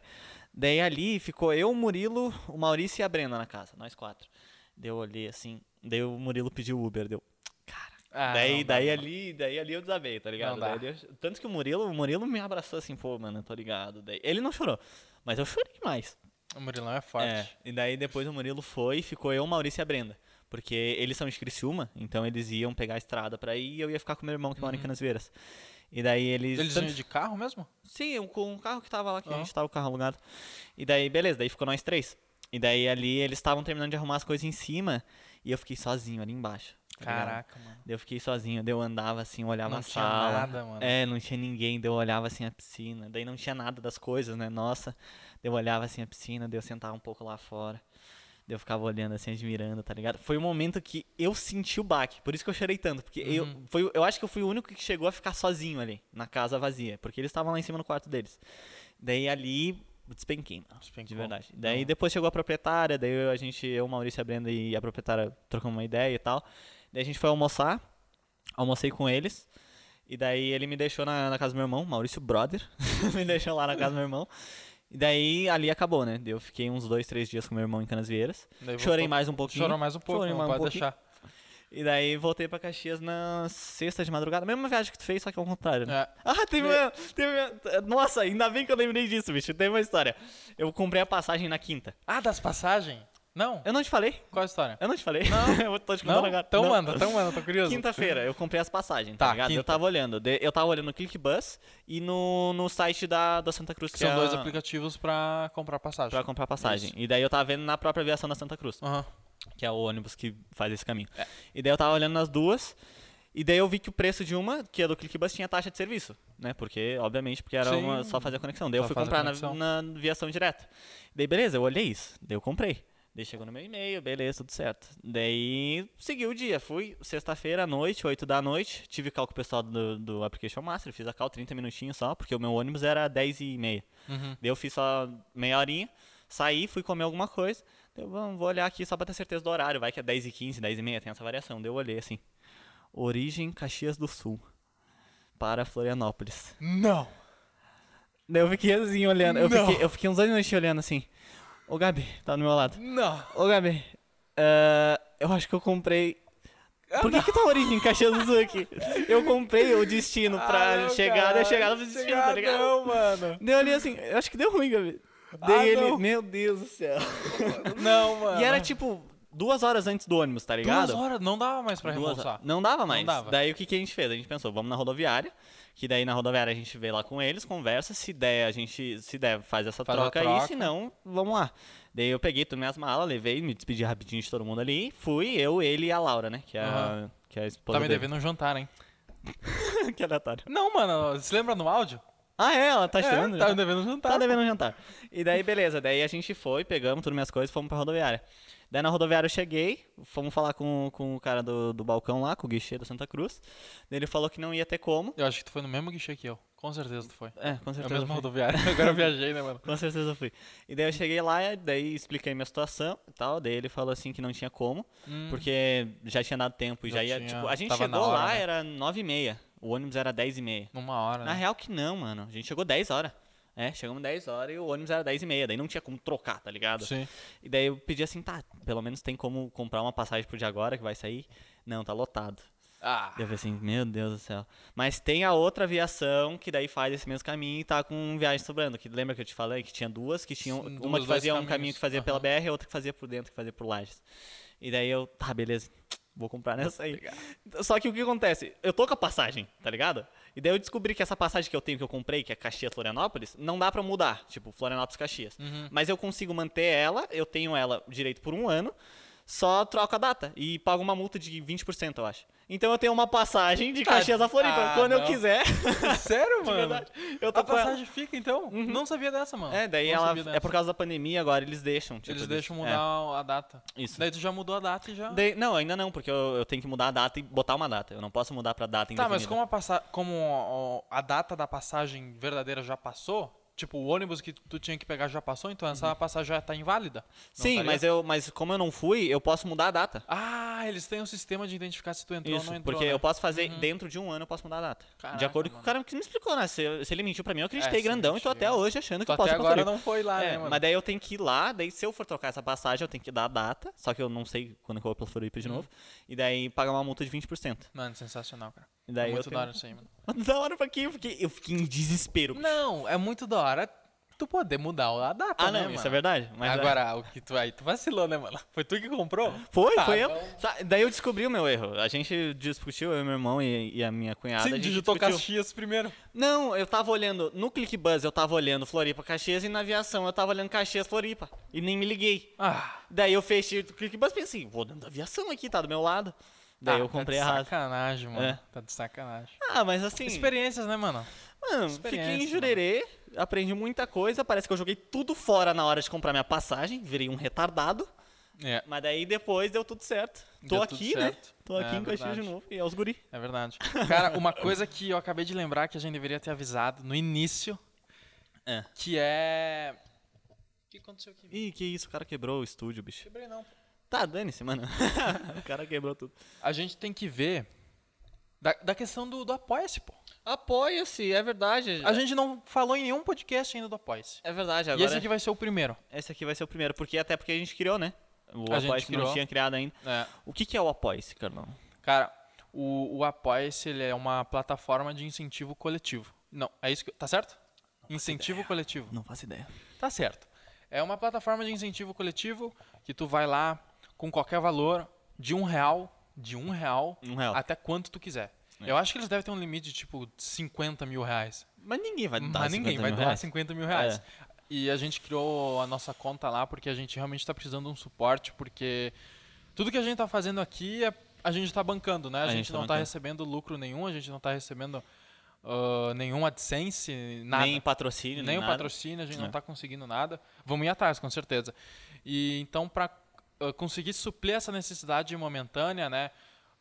A: Daí ali ficou eu, o Murilo, o Maurício e a Brenda na casa, nós quatro. Deu ali assim, daí o Murilo pediu Uber, deu. Cara,
B: Ah,
A: daí,
B: não dá,
A: daí
B: não.
A: ali, daí ali eu desabei, tá ligado?
B: Não dá.
A: Daí eu- tanto que o Murilo, o Murilo me abraçou assim, pô, mano, eu tô ligado. Daí, ele não chorou, mas eu chorei mais.
B: O Murilão é forte.
A: É, e daí depois o Murilo foi, ficou eu, o Maurício e a Brenda. Porque eles são de Criciúma, então eles iam pegar a estrada pra ir e eu ia ficar com meu irmão que mora em Canasvieiras. E daí eles.
B: Uhum. Eles
A: tanto-
B: vinham de carro mesmo?
A: Sim, um- com o carro que tava lá, que a
B: Aham.
A: gente tava o carro alugado. E daí, beleza, daí ficou nós três. E daí ali eles estavam terminando de arrumar as coisas em cima e eu fiquei sozinho ali embaixo. tá ligado?
B: Caraca, mano.
A: Daí eu fiquei sozinho, daí eu andava assim, eu olhava
B: Não
A: a
B: tinha
A: sala.
B: nada, mano.
A: É, não tinha ninguém, daí eu olhava assim a piscina, daí não tinha nada das coisas, né? Nossa. Daí eu olhava assim a piscina, daí eu sentava um pouco lá fora. Daí eu ficava olhando assim, admirando, tá ligado? Foi o momento que eu senti o baque, por isso que eu chorei tanto, porque
B: Uhum.
A: eu, foi, eu acho que eu fui o único que chegou a ficar sozinho ali, na casa vazia, porque eles estavam lá em cima no quarto deles. Daí ali, eu despenquei, mano. De
B: Despencou.
A: verdade. Daí depois chegou a proprietária, daí eu- a gente, eu, Maurício, a Brenda e a proprietária trocamos uma ideia e tal. Daí a gente foi almoçar, almocei com eles. E daí ele me deixou na, na casa do meu irmão, Maurício Brother, me deixou lá na casa do meu irmão. E daí ali acabou, né? Daí Eu fiquei uns dois, três dias com meu irmão em Canasvieiras.
B: Daí
A: Chorei
B: voltou-
A: mais um pouquinho.
B: Chorou mais um pouco,
A: Chorei
B: não
A: mais um
B: pode
A: pouquinho.
B: deixar.
A: E daí voltei pra Caxias na sexta de madrugada. Mesma viagem que tu fez, só que ao contrário, né?
B: É.
A: Ah, teve uma, teve uma- Nossa, ainda bem que eu lembrei disso, bicho. Teve uma história. Eu comprei a passagem na quinta.
B: Ah, das passagens? Não?
A: Eu não te falei?
B: Qual a história?
A: Eu não te falei?
B: Não.
A: eu tô te contando
B: Não?
A: agora.
B: Então
A: Não.
B: manda, então manda, tô curioso.
A: Quinta-feira eu comprei as passagens, tá,
B: Tá,
A: ligado? Eu
B: quinta.
A: tava olhando. de- Eu tava olhando no ClickBus e no, no site da, da Santa Cruz, que,
B: São
A: é
B: dois
A: a-
B: aplicativos pra comprar passagem.
A: Pra comprar passagem. E daí eu tava vendo na própria aviação da Santa Cruz,
B: Aham.
A: que é o ônibus que faz esse caminho.
B: É.
A: E daí eu tava olhando nas duas, e daí eu vi que o preço de uma, que é do ClickBus, tinha taxa de serviço, né? Porque, obviamente, porque era
B: Sim.
A: uma, só fazer a conexão. Daí eu
B: Só
A: fui
B: faz a
A: comprar
B: conexão.
A: na, na aviação direto. Daí, beleza, eu olhei isso. Daí eu comprei. Daí chegou no meu e-mail, beleza, tudo certo. Daí segui o dia, fui sexta-feira à noite, 8 da noite, tive call com o pessoal do, do Application Master, fiz a call 30 minutinhos só, porque o meu ônibus era 10 e meia. Daí eu fiz só meia horinha, saí, fui comer alguma coisa. Daí eu "Vamos, vou olhar aqui só pra ter certeza do horário, vai que é 10 e 15, 10 e meia, tem essa variação. Daí eu olhei assim, origem Caxias do Sul, para Florianópolis.
B: Não!
A: Daí eu fiquei assim olhando, eu
B: Não.
A: fiquei, eu fiquei uns dois minutinhos olhando assim, ô Gabi, tá do meu lado.
B: Não!
A: Ô, Gabi, ah, eu acho que eu comprei.
B: Ah,
A: Por que, que tá a origem Caxias do Sul aqui? Eu comprei o destino pra
B: Ah, não,
A: chegada,
B: cara.
A: eu chegava pro destino,
B: Chegar
A: tá ligado?
B: Não, mano.
A: Deu ali assim, eu acho que deu ruim, Gabi. Dei
B: Ah,
A: ele,
B: não.
A: meu Deus do céu.
B: Não, mano.
A: E era tipo duas horas antes do ônibus, tá ligado?
B: Duas horas, não dava mais pra
A: Duas
B: reembolsar.
A: horas. Não dava mais.
B: dava.
A: Daí o que, que a gente fez? A gente pensou, vamos na rodoviária, que daí na rodoviária a gente vê lá com eles, conversa, se der, a gente se der, faz essa
B: Faz a
A: troca, aí,
B: troca.
A: se não, vamos lá. Daí eu peguei todas minhas malas, levei, me despedi rapidinho de todo mundo ali, fui eu, ele e a Laura, né, que é, a,
B: Aham.
A: que é a esposa
B: Tá me
A: dele.
B: devendo um jantar, hein?
A: que é aleatório.
B: Não, mano, se lembra no áudio?
A: Ah, é? Ela tá
B: É,
A: chegando?
B: tá me devendo um jantar.
A: Tá devendo um jantar. E daí, beleza. Daí a gente foi, pegamos todas as minhas coisas e fomos pra rodoviária. Daí na rodoviária eu cheguei, fomos falar com, com o cara do, do balcão lá, com o guichê da Santa Cruz. Daí ele falou que não ia ter como.
B: Eu acho que tu foi no mesmo guichê que eu. Com certeza tu foi.
A: É, com
B: É a
A: certeza. eu
B: mesma
A: fui.
B: rodoviária. Agora eu viajei, né, mano?
A: Com certeza eu fui. E daí eu cheguei lá, e daí expliquei minha situação e tal. Daí ele falou assim que não tinha como, porque já tinha dado tempo e já,
B: Hum. Já
A: ia.
B: tinha-
A: tipo, a gente
B: tava
A: chegou
B: na hora,
A: lá,
B: né?
A: era 9h30. O ônibus era 10h30.
B: Numa hora,
A: Na
B: né?
A: real que não, mano. A gente chegou 10 horas. É, chegamos 10 horas e o ônibus era 10 e meia, daí não tinha como trocar, tá ligado?
B: Sim.
A: E daí eu pedi assim, tá, pelo menos tem como comprar uma passagem pro dia agora que vai sair? Não, tá lotado.
B: Ah,
A: Daí Eu falei assim, meu Deus do céu. Mas tem a outra aviação que daí faz esse mesmo caminho e tá com viagem sobrando. Que lembra que eu te falei que tinha duas, que tinham.
B: Sim,
A: uma
B: duas,
A: que fazia um caminho
B: dois
A: que
B: caminhos.
A: fazia pela
B: Aham.
A: BR, a outra que fazia por dentro, que fazia por Lages. E daí eu, tá, beleza, vou comprar nessa aí. Só que o que acontece? Eu tô com a passagem, tá ligado? E daí eu descobri que essa passagem que eu tenho, que eu comprei, que é Caxias Florianópolis, não dá pra mudar, tipo, Florianópolis Caxias.
B: Uhum.
A: Mas eu consigo manter ela, eu tenho ela direito por um ano, só troco a data e pago uma multa de 20%, eu acho. Então eu tenho uma passagem de
B: Tá-
A: Caxias a Floripa,
B: ah,
A: quando eu
B: não.
A: quiser.
B: sério,
A: de
B: mano?
A: verdade, eu tô
B: A
A: com ela. Uhum.
B: passagem fica, então? Não sabia dessa, mano.
A: É, daí
B: Não
A: ela.
B: sabia
A: É
B: dessa.
A: por causa da pandemia agora, eles deixam. tipo,
B: Eles deixam
A: é.
B: mudar a data.
A: Isso.
B: Daí tu já mudou a data e já.
A: Daí- não, ainda não, porque eu, eu tenho que mudar a data e botar uma data. Eu não posso mudar pra data
B: Tá, mas
A: indefinida.
B: como a, passa... como ó, a data da passagem verdadeira já passou, Tipo, o ônibus que tu tinha que pegar já passou, então essa passagem já tá inválida. não
A: Uhum.
B: tá
A: Sim,
B: estaria?
A: assim? mas, eu, mas como eu não fui, eu posso mudar a data.
B: Ah, eles têm um sistema de identificar se tu entrou
A: Isso,
B: ou não entrou.
A: porque
B: né?
A: eu posso fazer dentro de um ano, eu posso mudar a data. de
B: Caraca,
A: acordo com o
B: mano.
A: cara que me explicou, né? Se, se ele mentiu pra mim, eu acreditei
B: se
A: grandão e É, tô
B: mentiu.
A: até hoje achando que
B: Tu
A: eu posso
B: até
A: ir pra
B: agora
A: Floripa.
B: não foi lá,
A: É,
B: né, mano?
A: mas daí eu tenho que ir lá, daí se eu for trocar essa passagem, eu tenho que dar a data, só que eu não sei quando que eu vou pra Floripa de novo, e daí pagar uma multa de 20%.
B: Mano, sensacional, cara.
A: E daí
B: é
A: eu
B: muito da
A: tenho-
B: hora isso aí, mano.
A: Mas da hora pra quê? Eu fiquei, eu fiquei em desespero.
B: Não, é muito da hora tu poder mudar a data,
A: ah,
B: né,
A: não,
B: mano?
A: isso é verdade. Mas
B: Agora, o que tu aí, tu vacilou, né, mano? Foi tu que comprou?
A: Foi,
B: Tá,
A: foi eu.
B: então-
A: Sa- Daí eu descobri o meu erro. A gente discutiu, eu e meu irmão e, e a minha cunhada. a
B: Sim,
A: gente
B: digitou
A: discutiu.
B: Caxias primeiro.
A: Não, eu tava olhando no ClickBuzz, eu tava olhando Floripa Caxias e na aviação eu tava olhando Caxias Floripa e nem me liguei.
B: Ah,
A: Daí eu fechei o ClickBuzz e pensei, assim, vou dentro da aviação aqui, tá do meu lado. Daí
B: tá,
A: eu comprei
B: tá de
A: errado.
B: sacanagem, mano.
A: É.
B: Tá de sacanagem.
A: Ah, mas assim,
B: Experiências, né, mano?
A: mano, fiquei
B: experiência, né?
A: em
B: mano.
A: jurerê, aprendi muita coisa, parece que eu joguei tudo fora na hora de comprar minha passagem, virei um retardado,
B: É,
A: mas daí depois deu tudo certo. Tô
B: Deu tudo
A: aqui, né?
B: certo.
A: Tô aqui
B: É,
A: em Caxias de
B: verdade.
A: novo e é os guri.
B: é verdade. Cara, uma coisa que eu acabei de lembrar que a gente deveria ter avisado no início,
A: É.
B: que é... O que aconteceu aqui?
A: Ih, que isso, o cara quebrou o estúdio, bicho.
B: Quebrei não.
A: Tá, dane-se, mano. o cara quebrou tudo.
B: A gente tem que ver da, da questão do, do Apoia-se, pô.
A: Apoia-se, é verdade.
B: A gente não falou em nenhum podcast ainda do Apoia-se.
A: É verdade,
B: E
A: agora.
B: esse aqui vai ser o primeiro.
A: esse aqui vai ser o primeiro, porque até porque a gente criou, né? O
B: A gente
A: Apoia-se não
B: criou.
A: tinha criado ainda.
B: É.
A: O que, que é o Apoia-se, Carlão?
B: Cara, o, o Apoia-se ele é uma plataforma de incentivo coletivo. Não, é isso que. Tá certo? Incentivo coletivo.
A: Não faço ideia.
B: Tá certo. É uma plataforma de incentivo coletivo que tu vai lá com qualquer valor, de um real, de um real,
A: Um real. É.
B: até quanto tu quiser. Eu acho que eles devem ter um limite de tipo 50 mil reais.
A: Mas ninguém vai dar
B: Mas ninguém
A: 50
B: vai
A: mil
B: doar
A: reais.
B: 50 mil reais.
A: É.
B: E a gente criou a nossa conta lá porque a gente realmente está precisando de um suporte, porque tudo que a gente está fazendo aqui é- a gente está bancando, né? A,
A: A
B: gente,
A: gente tá
B: não está
A: bancando.
B: recebendo lucro nenhum, a gente não está recebendo ah, nenhum AdSense, nada.
A: Nem patrocínio,
B: Nem o
A: nada.
B: patrocínio, a gente não
A: É.
B: está conseguindo nada. Vamos ir atrás, com certeza. E então, para conseguir suplir essa necessidade momentânea, né,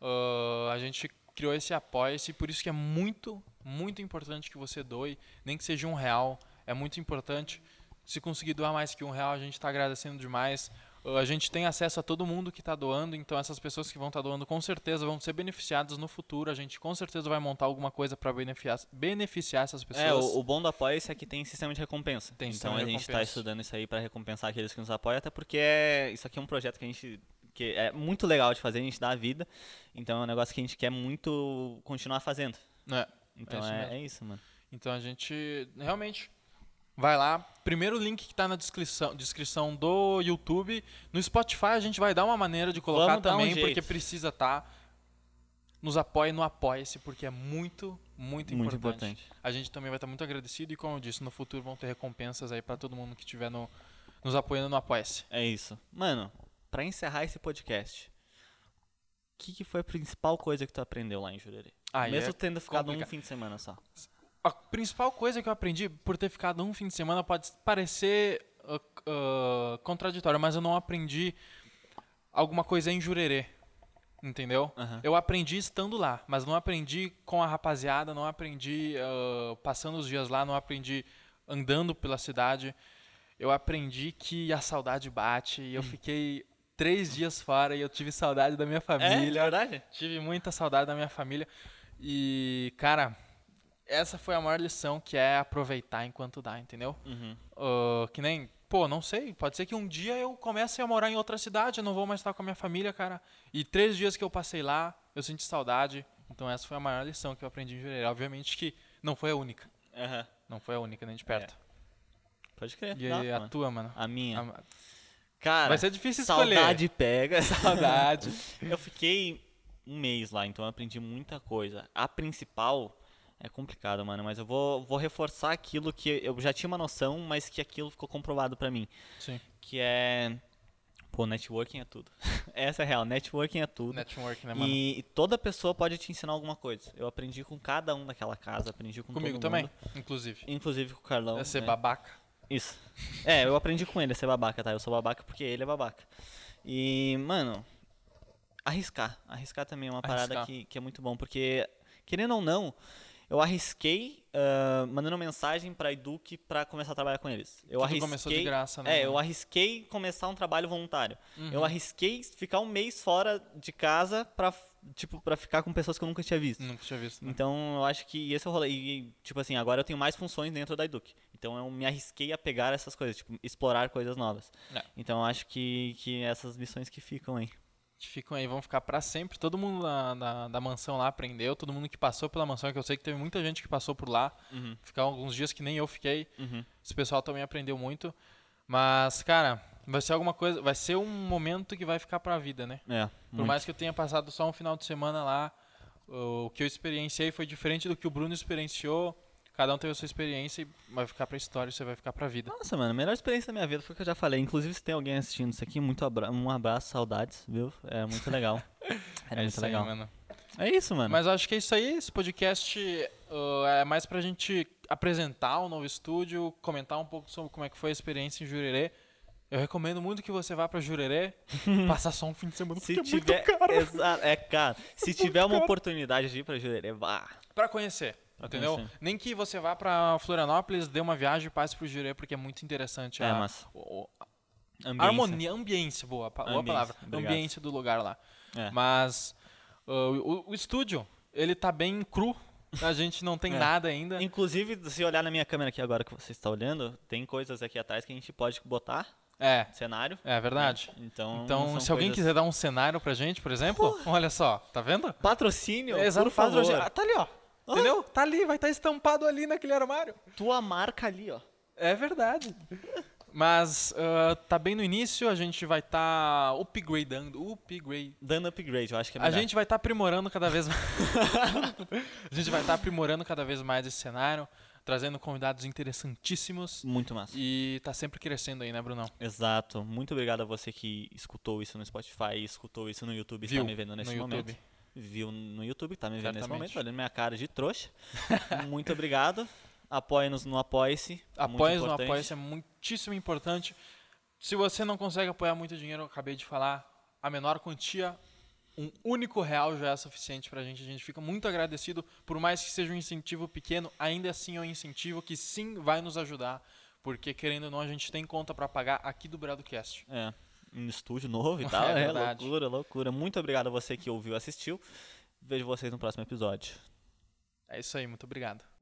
B: ah, a gente criou esse apoia-se, por isso que é muito, muito importante que você doe, nem que seja um real, é muito importante. Se conseguir doar mais que um real, a gente está agradecendo demais. Ah, a gente tem acesso a todo mundo que está doando, então essas pessoas que vão estar doando com certeza vão ser beneficiadas no futuro. A gente com certeza vai montar alguma coisa para beneficiar, beneficiar essas pessoas.
A: É, o, o bom do Apoia-se é que tem sistema de recompensa.
B: Tem
A: então
B: sistema
A: a
B: de
A: gente está
B: recompensa.
A: estudando isso aí para recompensar aqueles que nos apoiam, até porque é- isso aqui é um projeto que a gente que é muito legal de fazer, a gente dá a vida. Então é um negócio que a gente quer muito continuar fazendo.
B: É.
A: Então
B: isso mesmo.
A: é, é isso, mano.
B: Então a gente realmente vai lá. Primeiro link que tá na descrição, descrição do YouTube. No Spotify a gente vai dar uma maneira de colocar
A: Vamos dar um
B: também,
A: jeito.
B: porque precisa tá. Nos apoie no Apoia-se, porque é muito, muito,
A: Muito
B: importante.
A: importante.
B: A gente também vai estar muito agradecido e, como eu disse, no futuro vão ter recompensas aí para todo mundo que estiver no, nos apoiando no Apoia-se.
A: É isso. Mano, pra encerrar esse podcast, o que, que foi a principal coisa que tu aprendeu lá em Jurerê?
B: Ah, e
A: Mesmo
B: é
A: tendo ficado um
B: complicado.
A: fim de semana só.
B: A principal coisa que eu aprendi por ter ficado um fim de semana pode parecer ah, ah, contraditório, mas eu não aprendi alguma coisa em Jurerê. Entendeu?
A: Aham.
B: Eu aprendi estando lá, mas não aprendi com a rapaziada, não aprendi ah, passando os dias lá, não aprendi andando pela cidade. Eu aprendi que a saudade bate e eu fiquei três dias fora e eu tive saudade da minha família.
A: é verdade?
B: Tive muita saudade da minha família. E, cara, essa foi a maior lição que é aproveitar enquanto dá, entendeu?
A: Uhum.
B: Ah, que nem, pô, não sei, pode ser que um dia eu comece a morar em outra cidade, eu não vou mais estar com a minha família, cara. E três dias que eu passei lá, eu senti saudade. Então essa foi a maior lição que eu aprendi em geral. Obviamente que não foi a única.
A: Aham.
B: Não foi a única, nem de perto.
A: Pode crer.
B: E
A: Nossa,
B: a
A: É. mano.
B: tua, mano?
A: A minha.
B: A-
A: Cara,
B: Vai ser difícil escolher.
A: saudade pega.
B: Saudade.
A: Eu fiquei um mês lá, então eu aprendi muita coisa. A principal é complicado, mano, mas eu vou, vou reforçar aquilo que eu já tinha uma noção, mas que aquilo ficou comprovado pra mim.
B: Sim.
A: Que é. Pô, networking é tudo. Essa é a real, networking é tudo.
B: Network, né, mano?
A: E, e toda pessoa pode te ensinar alguma coisa. Eu aprendi com cada um daquela casa, aprendi com
B: Comigo
A: todo
B: também,
A: mundo,
B: inclusive.
A: Inclusive com o Carlão.
B: É ser
A: né?
B: babaca.
A: Isso. É, eu aprendi com ele a ser babaca, tá? Eu sou babaca porque ele é babaca. E, mano, arriscar. Arriscar também é uma parada
B: Arriscar.
A: que, que é muito bom, porque, querendo ou não, eu arrisquei ah, mandando mensagem pra Eduque pra começar a trabalhar com eles. Eu
B: Que tu
A: arrisquei,
B: começou de graça, né? Uhum.
A: É, eu arrisquei começar um trabalho voluntário. Eu arrisquei ficar um mês fora de casa pra, tipo, pra ficar com pessoas que eu nunca tinha visto.
B: Nunca tinha visto. né?
A: Então, eu acho que esse é o rolê. E, tipo assim, agora eu tenho mais funções dentro da Eduque. Então, eu me arrisquei a pegar essas coisas, tipo, explorar coisas novas.
B: É.
A: Então, eu acho que, que essas missões que ficam aí.
B: que ficam aí vão ficar pra sempre. Todo mundo da, da, da mansão lá aprendeu, todo mundo que passou pela mansão, que eu sei que teve muita gente que passou por lá.
A: Uhum.
B: Ficaram alguns dias que nem eu fiquei.
A: Uhum.
B: Esse pessoal também aprendeu muito. Mas, cara, vai ser alguma coisa, vai ser um momento que vai ficar pra vida, né?
A: É,
B: Por
A: muito.
B: mais que eu tenha passado só um final de semana lá, o que eu experienciei foi diferente do que o Bruno experienciou. Cada um teve a sua experiência e vai ficar pra história, isso aí vai ficar pra vida.
A: Nossa, mano, a melhor experiência da minha vida foi o que eu já falei. Inclusive, se tem alguém assistindo isso aqui, muito abra... um abraço, saudades, viu? É muito legal. Era
B: É
A: muito
B: isso aí,
A: legal.
B: mano.
A: É isso, mano.
B: Mas acho que é isso aí. Esse podcast uh, é mais pra gente apresentar o novo estúdio, comentar um pouco sobre como é que foi a experiência em Jurerê. Eu recomendo muito que você vá pra Jurerê, passar só um fim de semana,
A: se
B: porque é
A: tiver.
B: muito caro.
A: Exa- É caro. Se tiver uma oportunidade de ir pra Jurerê, vá.
B: Pra conhecer, entendeu?
A: conhecer.
B: Nem que você vá pra Florianópolis, dê uma viagem e passe pro Jurerê, porque é muito interessante.
A: É,
B: a,
A: mas-
B: o- a-
A: Ambiência.
B: harmonia, ambiência, boa, pa- boa
A: Ambiência,
B: palavra.
A: obrigado.
B: Ambiência do lugar lá.
A: É.
B: Mas uh, o, o estúdio, ele tá bem cru. A gente não tem
A: É.
B: nada ainda.
A: Inclusive, se olhar na minha câmera aqui agora que você está olhando, tem coisas aqui atrás que a gente pode botar
B: É,
A: cenário.
B: é verdade.
A: Então,
B: Então,
A: são
B: se alguém
A: coisas-
B: quiser dar um cenário pra gente, por exemplo, olha só, tá vendo?
A: Patrocínio,
B: Exato,
A: por favor.
B: patrocínio. Ah, tá ali, ó. Entendeu? Tá ali, vai estar estampado ali naquele armário.
A: Tua marca ali, ó.
B: É verdade. Mas ah, tá bem no início, a gente vai estar upgradando, upgrade.
A: Dando upgrade, eu acho que é
B: A
A: melhor.
B: gente vai estar aprimorando cada vez mais. a gente vai estar aprimorando cada vez mais esse cenário, trazendo convidados interessantíssimos
A: Muito massa.
B: e tá sempre crescendo aí, né, Brunão?
A: Exato. Muito obrigado a você que escutou isso no Spotify, escutou isso no YouTube e
B: Viu
A: está me vendo nesse
B: no
A: momento.
B: YouTube.
A: Viu no YouTube, tá me vendo nesse
B: Certamente.
A: momento, olhando minha cara de trouxa. Muito obrigado. Apoie-nos no Apoie-se.
B: Apoia
A: muito
B: no
A: importante.
B: apoia é muitíssimo importante. Se você não consegue apoiar muito dinheiro, eu acabei de falar, a menor quantia, um único real já é suficiente pra gente. A gente fica muito agradecido, por mais que seja um incentivo pequeno, ainda assim é um incentivo que sim vai nos ajudar, porque querendo ou não, a gente tem conta pra pagar aqui do Bradocast.
A: É, um estúdio novo e tal,
B: É
A: é,
B: verdade.
A: loucura, loucura. Muito obrigado a você que ouviu e assistiu. Vejo vocês no próximo episódio.
B: É isso aí, muito obrigado.